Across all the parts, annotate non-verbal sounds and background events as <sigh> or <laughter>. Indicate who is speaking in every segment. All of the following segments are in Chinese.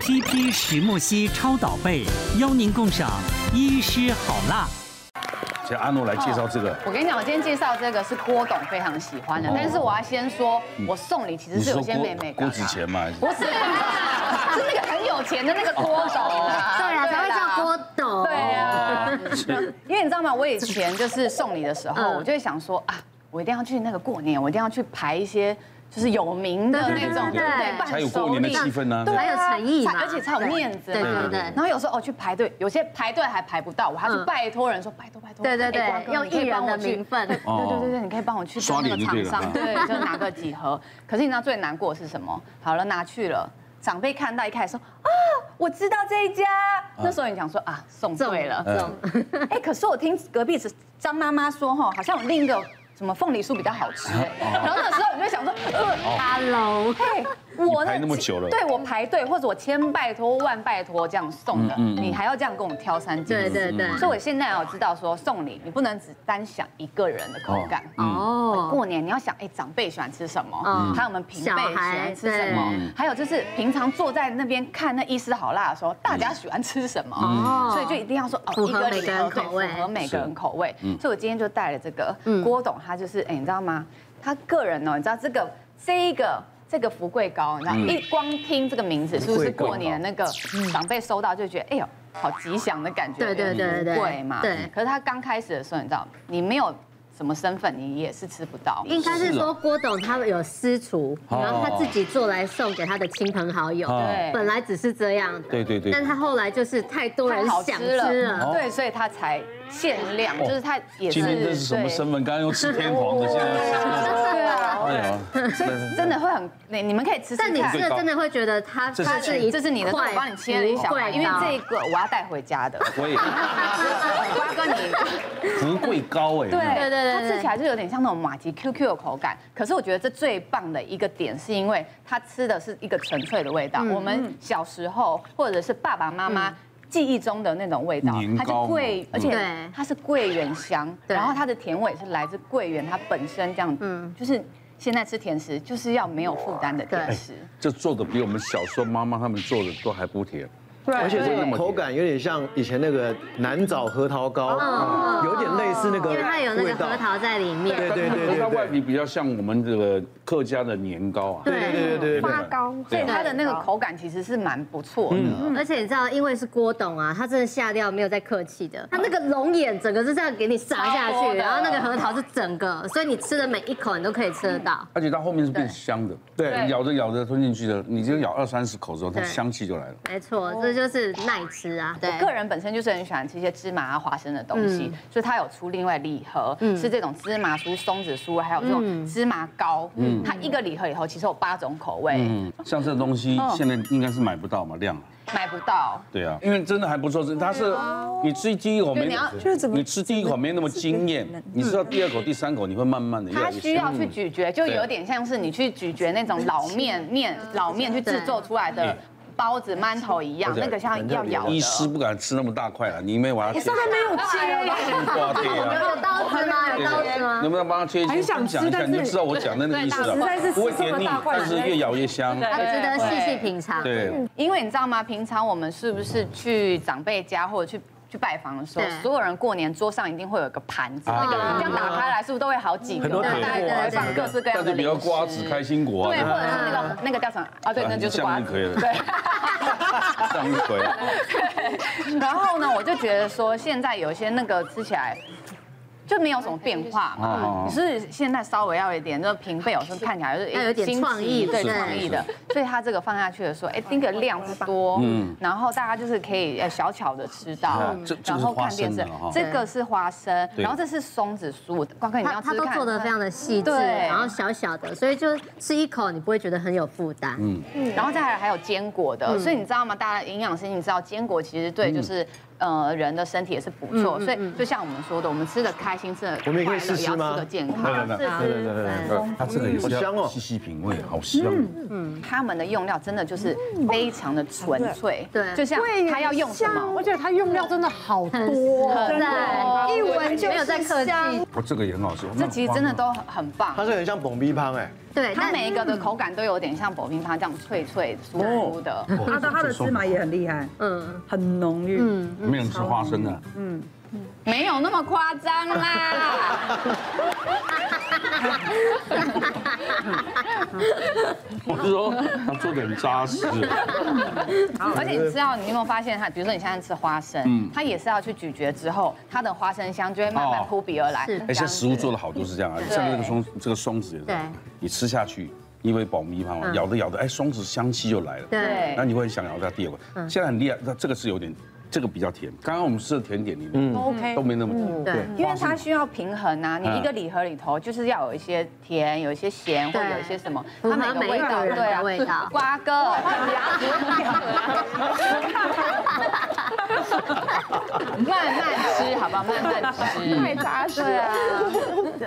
Speaker 1: CP 石墨烯超导被，邀您共赏医师好辣。
Speaker 2: 请阿诺来介绍这个。
Speaker 3: 我跟你讲，我今天介绍这个是郭董非常喜欢的，
Speaker 4: 哦
Speaker 3: 但是我要先说，我送礼其实
Speaker 2: 你是
Speaker 3: 是有
Speaker 2: 说
Speaker 3: 些
Speaker 2: 郭
Speaker 3: 妹妹
Speaker 2: 郭子乾吗？还是
Speaker 3: 不是， <laughs> 是那个很有钱的那个郭董啊，
Speaker 4: 对啦，才会叫郭董。
Speaker 3: 对啊，因为你知道吗？我以前就是送礼的时
Speaker 4: 嗯
Speaker 3: 候，我就会想说啊，我一定要去那个过年，我一定要去排一些就是有名的那种，对不
Speaker 4: 对对对
Speaker 3: 对？伴
Speaker 4: 对
Speaker 3: 手礼
Speaker 2: 才有过年的气氛呢
Speaker 3: 对啊
Speaker 4: 才有诚意嘛
Speaker 3: 才而且才有面子嘛。
Speaker 4: 对对对对
Speaker 3: 然后有时候哦去排队，有些排队还排不到，我还去
Speaker 4: 嗯
Speaker 3: 拜托人说拜托拜托，
Speaker 4: 对对
Speaker 3: 哎瓜哥
Speaker 4: 对，用
Speaker 3: 你可以
Speaker 4: 艺人
Speaker 3: 帮我
Speaker 4: 的
Speaker 3: 去
Speaker 4: 名分，
Speaker 2: 哦
Speaker 3: 对对对对，你可以帮我去
Speaker 2: 刷
Speaker 3: 跟那
Speaker 2: 脸
Speaker 3: 个
Speaker 2: 就对
Speaker 3: 厂
Speaker 2: 了
Speaker 3: 商，对，就拿个几盒。可是你知道最难过的是什么？好了，拿去了，长辈看到一开始说啊，我知道这一家。那时候你讲说啊，送对了，
Speaker 4: 中
Speaker 3: 哎，可是我听隔壁子张妈妈说，哈，好像有另一个什么凤梨酥比较 <laughs> 好吃。哎然后那时候你就想说，呃，
Speaker 4: ，Hello，
Speaker 3: 嘿，我
Speaker 2: 你排那么久了
Speaker 3: 对我排队或者我千拜托万拜托这样送的，
Speaker 2: 嗯
Speaker 3: 你还要这样跟我挑三拣四。
Speaker 4: 对对对
Speaker 3: 所以我现在哦知道说送礼，你不能只单想一个人的口感。
Speaker 2: 嗯
Speaker 3: 啊
Speaker 4: 哦，
Speaker 3: 过年你要想，哎，长辈喜欢吃什么
Speaker 4: 嗯？
Speaker 3: 还有我们平辈
Speaker 4: 小
Speaker 3: 喜
Speaker 4: 孩
Speaker 3: 欢吃什么
Speaker 4: 对？
Speaker 3: 还有就是平常坐在那边看那医师好辣的时候，大家喜欢吃什么
Speaker 4: 嗯？
Speaker 3: 所以就一定要说哦，
Speaker 4: 符合
Speaker 3: 一个
Speaker 4: 每个人
Speaker 3: 礼盒对
Speaker 4: 口味
Speaker 3: 符合每个人口味。
Speaker 2: 嗯
Speaker 3: 所以我今天就带了这个
Speaker 4: 嗯
Speaker 3: 郭董，他就是哎，你知道吗？他个人哦，你知道这个这一个。这个富贵糕，你知道，一光听这个名字，是不
Speaker 2: 嗯
Speaker 3: 是
Speaker 2: 富贵糕
Speaker 3: 过年那个长辈收到就觉得，哎呦，好吉祥的感觉？
Speaker 4: 嗯对对对对
Speaker 3: 贵嘛。
Speaker 4: 对
Speaker 3: 可是他刚开始的时候，你知道，你没有什么身份，你也是吃不到。
Speaker 4: 应该是说郭董他有私厨，然后他自己做来送给他的亲朋好友。
Speaker 3: 对
Speaker 4: 本来只是这样的，
Speaker 2: 对对对
Speaker 4: 但他后来就是太多人
Speaker 3: 太好
Speaker 4: 想
Speaker 3: 吃
Speaker 4: 吃啊了，
Speaker 2: 哦
Speaker 3: 了，对，所以他才限量，就是他也是
Speaker 2: 今天这是什么身份？刚刚又吃天皇的，现在又吃那个。
Speaker 3: 对啊，
Speaker 2: 哎呀，
Speaker 3: 所以 <laughs> 真的会很，你你们可以吃吃
Speaker 4: 但你吃
Speaker 3: 看。
Speaker 4: 了真的会觉得他
Speaker 2: 这是
Speaker 4: 他是一
Speaker 3: 这是你的，我
Speaker 4: 块
Speaker 3: 帮你切了一小块，
Speaker 4: 富
Speaker 3: 因为
Speaker 4: 贵糕
Speaker 3: 这个我要带回家的。
Speaker 4: <laughs>
Speaker 2: 我也
Speaker 3: 瓜哥你，
Speaker 2: 福哎贵高哎。
Speaker 3: 对
Speaker 4: 对对对
Speaker 3: 它吃起来就有点像那种马吉 QQ 的口感。可是我觉得这最棒的一个点，是因为它吃的是一个纯粹的味道。
Speaker 4: 嗯
Speaker 3: 我们小时候或者是爸爸妈妈。记忆中的那种味道
Speaker 2: 年，
Speaker 3: 它是
Speaker 2: 糕
Speaker 3: 桂
Speaker 2: 嘛，
Speaker 3: 而且
Speaker 4: 对
Speaker 3: 它是桂圆香，
Speaker 4: 嗯对
Speaker 3: 然后它的甜味是来自桂圆它本身这样，嗯，就是现在吃甜食就是要没有负担的甜
Speaker 4: 对
Speaker 3: 食，
Speaker 2: 这做的比我们小时候妈妈他们做的都还不甜，
Speaker 5: 而且这
Speaker 2: 对
Speaker 5: 个口感有点像以前那个南枣核桃糕，
Speaker 4: 嗯
Speaker 5: 有点类似那个
Speaker 4: 因为它有那
Speaker 5: 味
Speaker 4: 个
Speaker 5: 道
Speaker 4: 核。桃在里面。
Speaker 5: 对对对
Speaker 2: 可
Speaker 5: 对
Speaker 2: 是它外
Speaker 5: 对
Speaker 2: 皮比较像我们这个客家的年糕啊。
Speaker 5: 对对对对对。
Speaker 6: 发糕，
Speaker 3: 所以它的那个口感其实是蛮不错的。
Speaker 2: 嗯
Speaker 4: 而且你知道，因为是郭董啊，他真的下料没有在客气的，他那个龙眼整个是这样给你撒下
Speaker 3: 超多
Speaker 4: 去，
Speaker 3: 的
Speaker 4: 然后那个核桃是整个，所以你吃的每一口你都可以吃得到。
Speaker 2: 而且它后面是变香的，
Speaker 5: 对
Speaker 2: 咬着咬着吞进去的，你就咬二三十口之后，它
Speaker 4: 对
Speaker 2: 香气就来了。
Speaker 4: 没错，这就是耐吃啊。对，
Speaker 3: 个人本身就是很喜欢吃一些芝麻啊、花生的东西，所以它有出另外礼盒，是这种芝麻酥、松子酥，还有这种芝麻糕。它一个礼盒里头其实有八种口味，
Speaker 2: 嗯，像这东西
Speaker 3: 哦
Speaker 2: 现在应该是买不到嘛，量。
Speaker 3: 买不到。
Speaker 2: 对啊，因为真的还不错吃，它是你吃第一口
Speaker 3: 对
Speaker 2: 没
Speaker 3: 你要，
Speaker 6: 啊就是怎么
Speaker 2: 你吃第一口没那么惊艳，你吃到第二口、第三口，你会慢慢的越
Speaker 3: 它
Speaker 2: 来越
Speaker 3: 需
Speaker 2: 香。
Speaker 3: 要去咀嚼，就有点像是你去咀嚼那种老面
Speaker 2: 嗯
Speaker 3: 面、老面去制作出来的包子、馒头一样，
Speaker 2: 对
Speaker 3: 那个像要咬的。
Speaker 2: 嗯医师不敢吃那么大块啊，你没把它切
Speaker 6: 哎上面没有切，
Speaker 2: 瓜
Speaker 6: <laughs>
Speaker 2: 切啊。
Speaker 4: 有刀子吗？有刀子吗？
Speaker 2: 能不能帮他切一切？
Speaker 6: 很想
Speaker 2: 分
Speaker 6: 吃
Speaker 2: 享一下，
Speaker 6: 但是
Speaker 2: 你就知道我讲的那个意思
Speaker 6: 对实在
Speaker 2: 了。
Speaker 6: 是
Speaker 2: 不会甜
Speaker 6: 吃这么
Speaker 2: 腻
Speaker 6: 大，块
Speaker 2: 但是越咬越香。
Speaker 4: 它值得细细品尝。
Speaker 6: 嗯
Speaker 2: 对，
Speaker 3: 因为你知道吗？平常我们是不是去长辈家或者去去拜访的时候
Speaker 4: 对，
Speaker 3: 所有人过年桌上一定会有个盘子，
Speaker 2: 啊
Speaker 3: 那个
Speaker 2: 对
Speaker 3: 这样打开来是不是都会好几个？
Speaker 5: 很多
Speaker 3: 那
Speaker 5: 糖
Speaker 3: 大
Speaker 5: 果
Speaker 3: 家
Speaker 5: 啊
Speaker 3: 会放
Speaker 5: 什么
Speaker 3: 各
Speaker 5: 的
Speaker 3: 式各样
Speaker 2: 但
Speaker 3: 的
Speaker 2: 是比较
Speaker 3: 零食
Speaker 2: 瓜子开心果啊，
Speaker 3: 对，或者是那个那个叫什么啊？对，
Speaker 2: 啊
Speaker 3: 那就是
Speaker 2: 这样
Speaker 3: 瓜
Speaker 2: 就
Speaker 3: 子
Speaker 2: 可以了。
Speaker 3: 对。
Speaker 2: 这样就可以了。
Speaker 3: <laughs> 然后呢，我就觉得说，现在有一些那个吃起来。就没有什么变化嘛
Speaker 2: 哦，
Speaker 3: 只是现在稍微要有一点，就是平辈有时候看起来就是
Speaker 4: 要有点
Speaker 3: 新奇
Speaker 4: 创意
Speaker 3: 对
Speaker 4: 对
Speaker 3: 创意的，所以它这个放下去的时候，哎，那个量不多，嗯，然后大家就是可以哎小巧的吃到
Speaker 2: 嗯这，这
Speaker 3: 然
Speaker 2: 个是
Speaker 3: 后
Speaker 2: 花
Speaker 3: 看电
Speaker 2: 生的
Speaker 3: 视
Speaker 2: 了哈，
Speaker 3: 这个是花生，
Speaker 2: 对
Speaker 3: 然后这是松子酥，光哥你
Speaker 4: 它
Speaker 3: 要
Speaker 4: 它
Speaker 3: 吃
Speaker 4: 都
Speaker 3: 看
Speaker 4: 做的非常的细致，
Speaker 3: 对
Speaker 4: 然后小小的，所以就吃一口你不会觉得很有负担。嗯，
Speaker 3: 然后再来还有坚果的，所以你知道吗？大家营养师，
Speaker 2: 嗯
Speaker 4: 嗯
Speaker 3: 你知道坚果其实对就是。呃，人的身体也是不错，所以就像我们说的，我们吃的开心吃的
Speaker 5: 我们也可
Speaker 3: 快乐
Speaker 5: 以试
Speaker 3: 也
Speaker 5: 吃
Speaker 3: 要
Speaker 5: 吗
Speaker 3: 吃的健康。
Speaker 2: 来来来
Speaker 4: 是
Speaker 5: 对对对对对
Speaker 2: 呃它这个也是
Speaker 5: 好香
Speaker 2: 要
Speaker 5: 哦
Speaker 2: 细细品味，好香。
Speaker 6: 嗯
Speaker 3: 他们的用料真的就是非常的纯粹，
Speaker 4: 嗯哦对
Speaker 3: 就像
Speaker 6: 桂圆
Speaker 3: 他要用什
Speaker 6: 香
Speaker 3: 么
Speaker 6: 我，觉得它用料真的好多，
Speaker 4: 很
Speaker 6: 真的
Speaker 4: 赞
Speaker 6: 一闻就
Speaker 4: 没有在客
Speaker 6: 是香
Speaker 4: 气。
Speaker 2: 哦，这个也很好吃。
Speaker 3: 这其实真的都很很棒
Speaker 5: 它。是很像蹦逼汤哎，
Speaker 4: 对，
Speaker 3: 它
Speaker 4: 但
Speaker 3: 每一个的口感都有点像薄冰它这样脆脆酥酥的，
Speaker 2: 哦
Speaker 7: 它的它的芝麻也很厉害，
Speaker 4: 嗯，
Speaker 7: 很浓郁。嗯，
Speaker 2: 没有人吃花生啊，
Speaker 3: 没有那么夸张
Speaker 2: <laughs>
Speaker 3: 啦。
Speaker 2: <laughs> 我是说他做的很扎实。
Speaker 3: 而且你知道，你有没有发现它？比如说你现在吃花生，它也是要去咀嚼之后，它的花生香就会慢
Speaker 2: 嗯
Speaker 3: 慢
Speaker 2: 哦
Speaker 3: 扑鼻而来。
Speaker 4: 是
Speaker 2: 哎，现在食物做的好多是这样啊，像那个松这个松子也是
Speaker 4: 对，
Speaker 2: 你吃下去，因为保密嘛，咬着咬着，哎，松子香气就来了。
Speaker 4: 对
Speaker 3: 对
Speaker 2: 那你会很想咬它第二个。现在很厉害，那这个是有点，这个比较甜。刚刚我们吃的甜点里面
Speaker 5: 嗯
Speaker 6: 都 OK
Speaker 2: 都没那么甜。
Speaker 4: 对
Speaker 3: 因为它需要平衡啊，你一个礼盒里头就是要有一些甜，有一些咸，或
Speaker 4: 对
Speaker 3: 有一些什么，
Speaker 4: 符合
Speaker 3: 它每个味道
Speaker 4: 每一个人的
Speaker 3: 对啊，
Speaker 4: 味道
Speaker 3: 瓜
Speaker 4: <laughs>
Speaker 3: 哥，慢慢吃，好不好？慢慢吃，太扎实啊。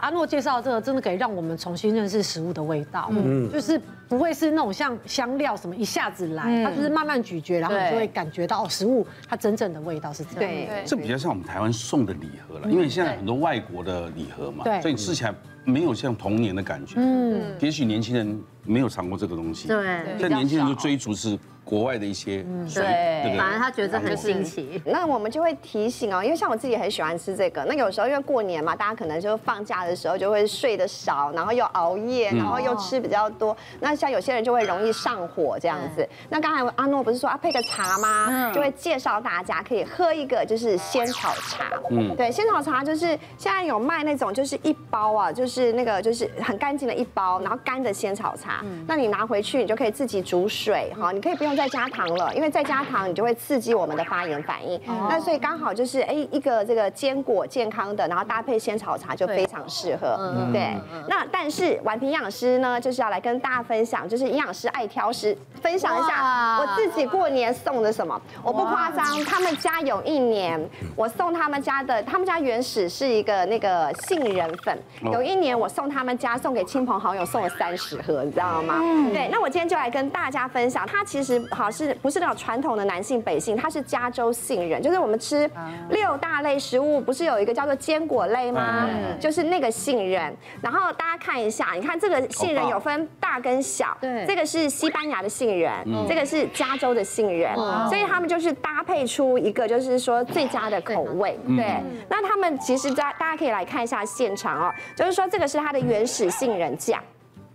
Speaker 6: 阿诺介绍这个真的可以让我们重新认识食物的味道，嗯，就是不会是那种像香料什么一下子来，它就是慢慢咀嚼，然后你
Speaker 3: 对
Speaker 6: 就会感觉到哦，食物它真正的味道是这样。
Speaker 3: 对，
Speaker 2: 这比较像我们台湾送的礼盒了，因为现在很多外国的礼盒嘛，
Speaker 6: 对
Speaker 2: 所以你吃起来没有像童年的感觉。嗯，也许年轻人没有尝过这个东西，
Speaker 4: 对
Speaker 2: 现在年轻人就追逐是国外的一些水，
Speaker 3: 对
Speaker 2: 对不
Speaker 4: 反而
Speaker 2: 对？
Speaker 4: 他觉得这很新奇。
Speaker 8: <laughs> 那我们就会提醒哦，因为像我自己也很喜欢吃这个。那有时候因为过年嘛，大家可能就放假的时候就会睡得少，然后又熬夜，然后又吃比较多。那像有些人就会容易上火这样子。那刚才阿诺不是说啊配个茶吗？就会介绍大家可以喝一个就是仙草茶。嗯，对，仙草茶就是现在有卖那种就是一包啊，就是那个就是很干净的一包，然后干的仙草茶。那你拿回去你就可以自己煮水哈，你可以不用再加糖了，因为再加糖你就会刺激我们的发炎反应。那所以刚好就是哎一个这个坚果健康的，然后搭配仙草茶就非常适合。对，那但是顽皮营养师呢就是要来跟大家分享，就是营养师爱挑食，分享一下我自己过年送的什么。我不夸张，他们家有一年我送他们家的，他们家原始是一个那个杏仁粉，
Speaker 2: 哦
Speaker 8: 有一。一年我送他们家，送给亲朋好友送了三十盒，你知道吗？对，那我今天就来跟大家分享，它其实好是不是那种传统的南杏北杏，它是加州杏仁，就是我们吃六大类食物，不是有一个叫做坚果类吗？就是那个杏仁。然后大家看一下，你看这个杏仁
Speaker 2: 好棒
Speaker 8: 有分大跟小，
Speaker 6: 对
Speaker 8: 这个是西班牙的杏仁，
Speaker 2: 嗯
Speaker 8: 这个是加州的杏仁，所以他们就是搭配出一个就是说最佳的口味，
Speaker 2: 嗯
Speaker 8: 对。那他们其实大大家可以来看一下现场哦，就是说这个是它的原始杏仁酱。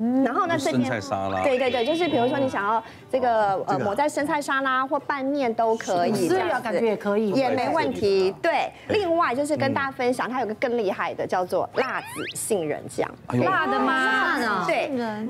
Speaker 6: 嗯
Speaker 8: 然后呢，这
Speaker 2: 生
Speaker 8: 边
Speaker 2: 菜沙拉，啊
Speaker 8: 对对对，就是比如说你想要这个
Speaker 5: 这
Speaker 8: 呃
Speaker 5: 个
Speaker 8: 抹在生菜沙拉或拌面都可以，
Speaker 6: 是
Speaker 8: 这样
Speaker 6: 啊
Speaker 8: 子
Speaker 6: 感觉也可以
Speaker 8: 也没问题。对，
Speaker 2: 啊对
Speaker 8: 另外就是跟大家分享，它有个更厉害的叫做辣子杏仁酱，
Speaker 2: 哎呦嗯
Speaker 3: 辣的吗？
Speaker 8: 对，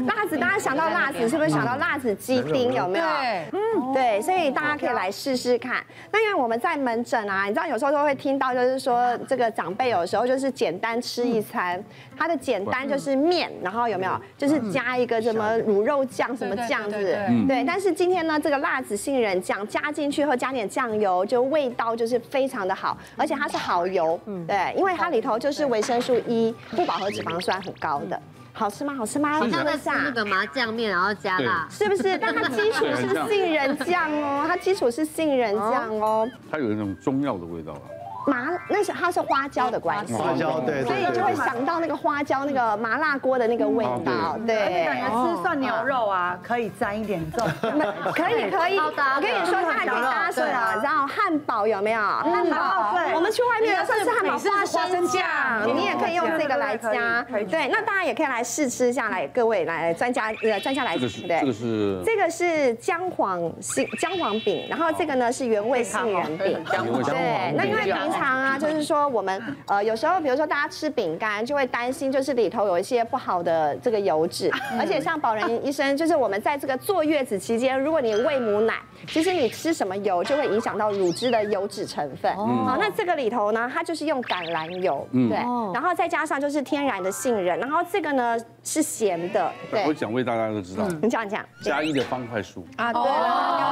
Speaker 8: 辣子大家想到辣子是不是想到辣子鸡丁有没有？
Speaker 4: 啊
Speaker 6: 对，
Speaker 8: 嗯，对，所
Speaker 3: 哦
Speaker 8: 以大家可以来试试看。那因为我们在门诊啊，你知道有时候都会听到，就是说这个长辈有时候就是简单吃一
Speaker 3: 嗯
Speaker 8: 餐，它的简单就是面，然后有没有就是加一个什么卤肉酱什么酱
Speaker 3: 嗯对
Speaker 8: 子
Speaker 3: 对对，
Speaker 8: 对。但是今天呢，这个辣子杏仁酱加进去后加点酱油，就味道就是非常的好，
Speaker 3: 嗯
Speaker 8: 而且它是好油，对，因为它里头就是维生素 E、不饱和脂肪酸很高
Speaker 3: 嗯
Speaker 8: 的。好吃吗？好吃吗？
Speaker 4: 好
Speaker 8: 你
Speaker 4: 像
Speaker 8: 说
Speaker 4: 在
Speaker 8: 一
Speaker 4: 吃
Speaker 8: 下。
Speaker 4: 那个麻酱面，然后加辣。
Speaker 8: 是不是？ <laughs> 但它基础是杏仁酱哦，它基础是杏仁酱哦，
Speaker 2: 它有一种中药的味道啊。
Speaker 8: 麻那是它是花椒的关系，
Speaker 5: 哦花椒对
Speaker 8: 所以
Speaker 5: 对
Speaker 8: 就会
Speaker 5: 对，
Speaker 8: 想到那个花椒那个麻辣锅的那个味道，
Speaker 5: 嗯
Speaker 8: 对。
Speaker 7: 感觉吃涮牛肉啊，可以沾一点肉。
Speaker 8: 哦可以可以，
Speaker 4: 超搭的
Speaker 8: 我跟你说，它还可以搭什么？你知道啊汉堡有没有？汉
Speaker 7: 嗯
Speaker 8: 堡，
Speaker 7: 哦对
Speaker 8: 我们去外面有时候吃汉堡
Speaker 6: 是
Speaker 8: 花生酱，你也可以用这个来加。
Speaker 7: 可以可以
Speaker 8: 对，那大家也可以来试吃一下，来各位来专家呃专家来
Speaker 2: 这个
Speaker 8: 吃，
Speaker 2: 是
Speaker 8: 对
Speaker 2: 这个是
Speaker 8: 这个是姜黄杏姜黄饼，然后这个呢是原味杏仁饼。
Speaker 2: 有味
Speaker 8: 对，那因为平常啊，就是说我们呃有时候，比如说大家吃饼干，就会担心就是里头有一些不好的这个油脂，而且像保仁医生，就是我们在这个坐月子期间，如果你喂母奶，其实你吃什么油就会影响到乳汁的油脂成分。好，那这个里头呢，它就是用橄榄油，对，然后再加上就是天然的杏仁，然后这个呢是咸的，对
Speaker 2: 我，讲为大家都知道，
Speaker 8: 你讲讲
Speaker 2: 加一的方块酥，
Speaker 8: 啊，对了。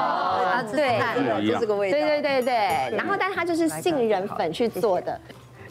Speaker 4: 啊，
Speaker 8: 对
Speaker 4: 对，
Speaker 2: 一样
Speaker 4: 这个味道。 <laughs>
Speaker 8: 对对对对，然后但它就是杏仁粉去做的。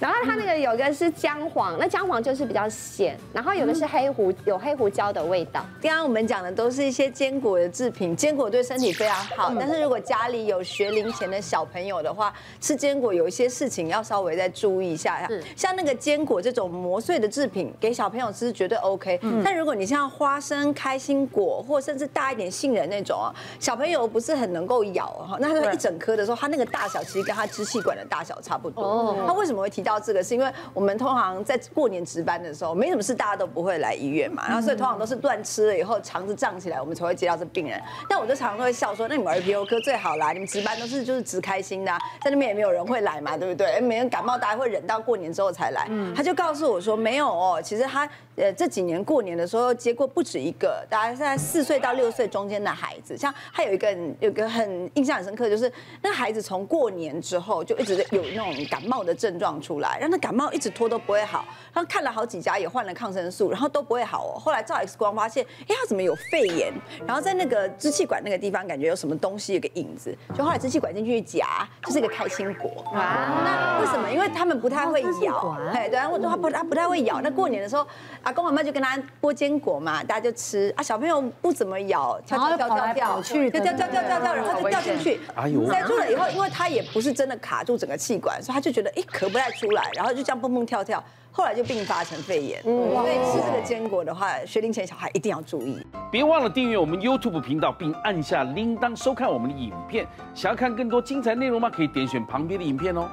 Speaker 8: 然后它那个有一个是姜黄，那姜黄就是比较咸，然后有的是黑胡，有黑胡椒的味道。
Speaker 9: 刚刚我们讲的都是一些坚果的制品，坚果对身体非常好。但是如果家里有学龄前的小朋友的话，吃坚果有一些事情要稍微再注意一下
Speaker 4: 是。
Speaker 9: 像那个坚果这种磨碎的制品，给小朋友吃绝对 OK。但如果你像花生、开心果，或甚至大一点杏仁那种啊，小朋友不是很能够咬哈，那它一整颗的时候，它那个大小其实跟它支气管的大小差不多。那为什么会提到这个？是因为我们通常在过年值班的时候，没什么事，大家都不会来医院嘛，然后所以通常都是乱吃了以后肠子胀起来，我们才会接到这病人。但我就常常都会笑说，那你们儿皮游科最好啦，你们值班都是就是值开心的、啊，在那边也没有人会来嘛，对不对？哎每人感冒大家会忍到过年之后才来。他就告诉我说，没有哦，其实他呃这几年过年的时候接过不止一个，大概在四岁到六岁中间的孩子，像他有一个很有一个很印象很深刻，就是那孩子从过年之后就一直有那种感冒的症状出来，让他感冒一直拖都不会好，然后看了好几家也换了抗生素，然后都不会好哦。后来照 X 光发现，哎，他怎么有肺炎？然后在那个支气管那个地方感觉有什么东西有个影子，就后来支气管进去夹，就是一个开心果。那为什么？因为他们不太会咬，哎，对，我他不他不太会咬。那过年的时候，阿公阿妈就跟他剥坚果嘛，大家就吃啊。小朋友不怎么咬，跳跳跳跳跳去，跳跳跳跳跳跳，然后就掉进去，塞住了以后，因为他也不是真的卡住整个气管，所以他就觉得哎咳不太出来，然后就这样蹦蹦跳跳，后来就并发成肺炎。所以吃这个坚果的话，学龄前小孩一定要注意。
Speaker 2: 别忘了订阅我们 YouTube 频道，并按下铃铛收看我们的影片。想要看更多精彩内容吗？可以点选旁边的影片哦。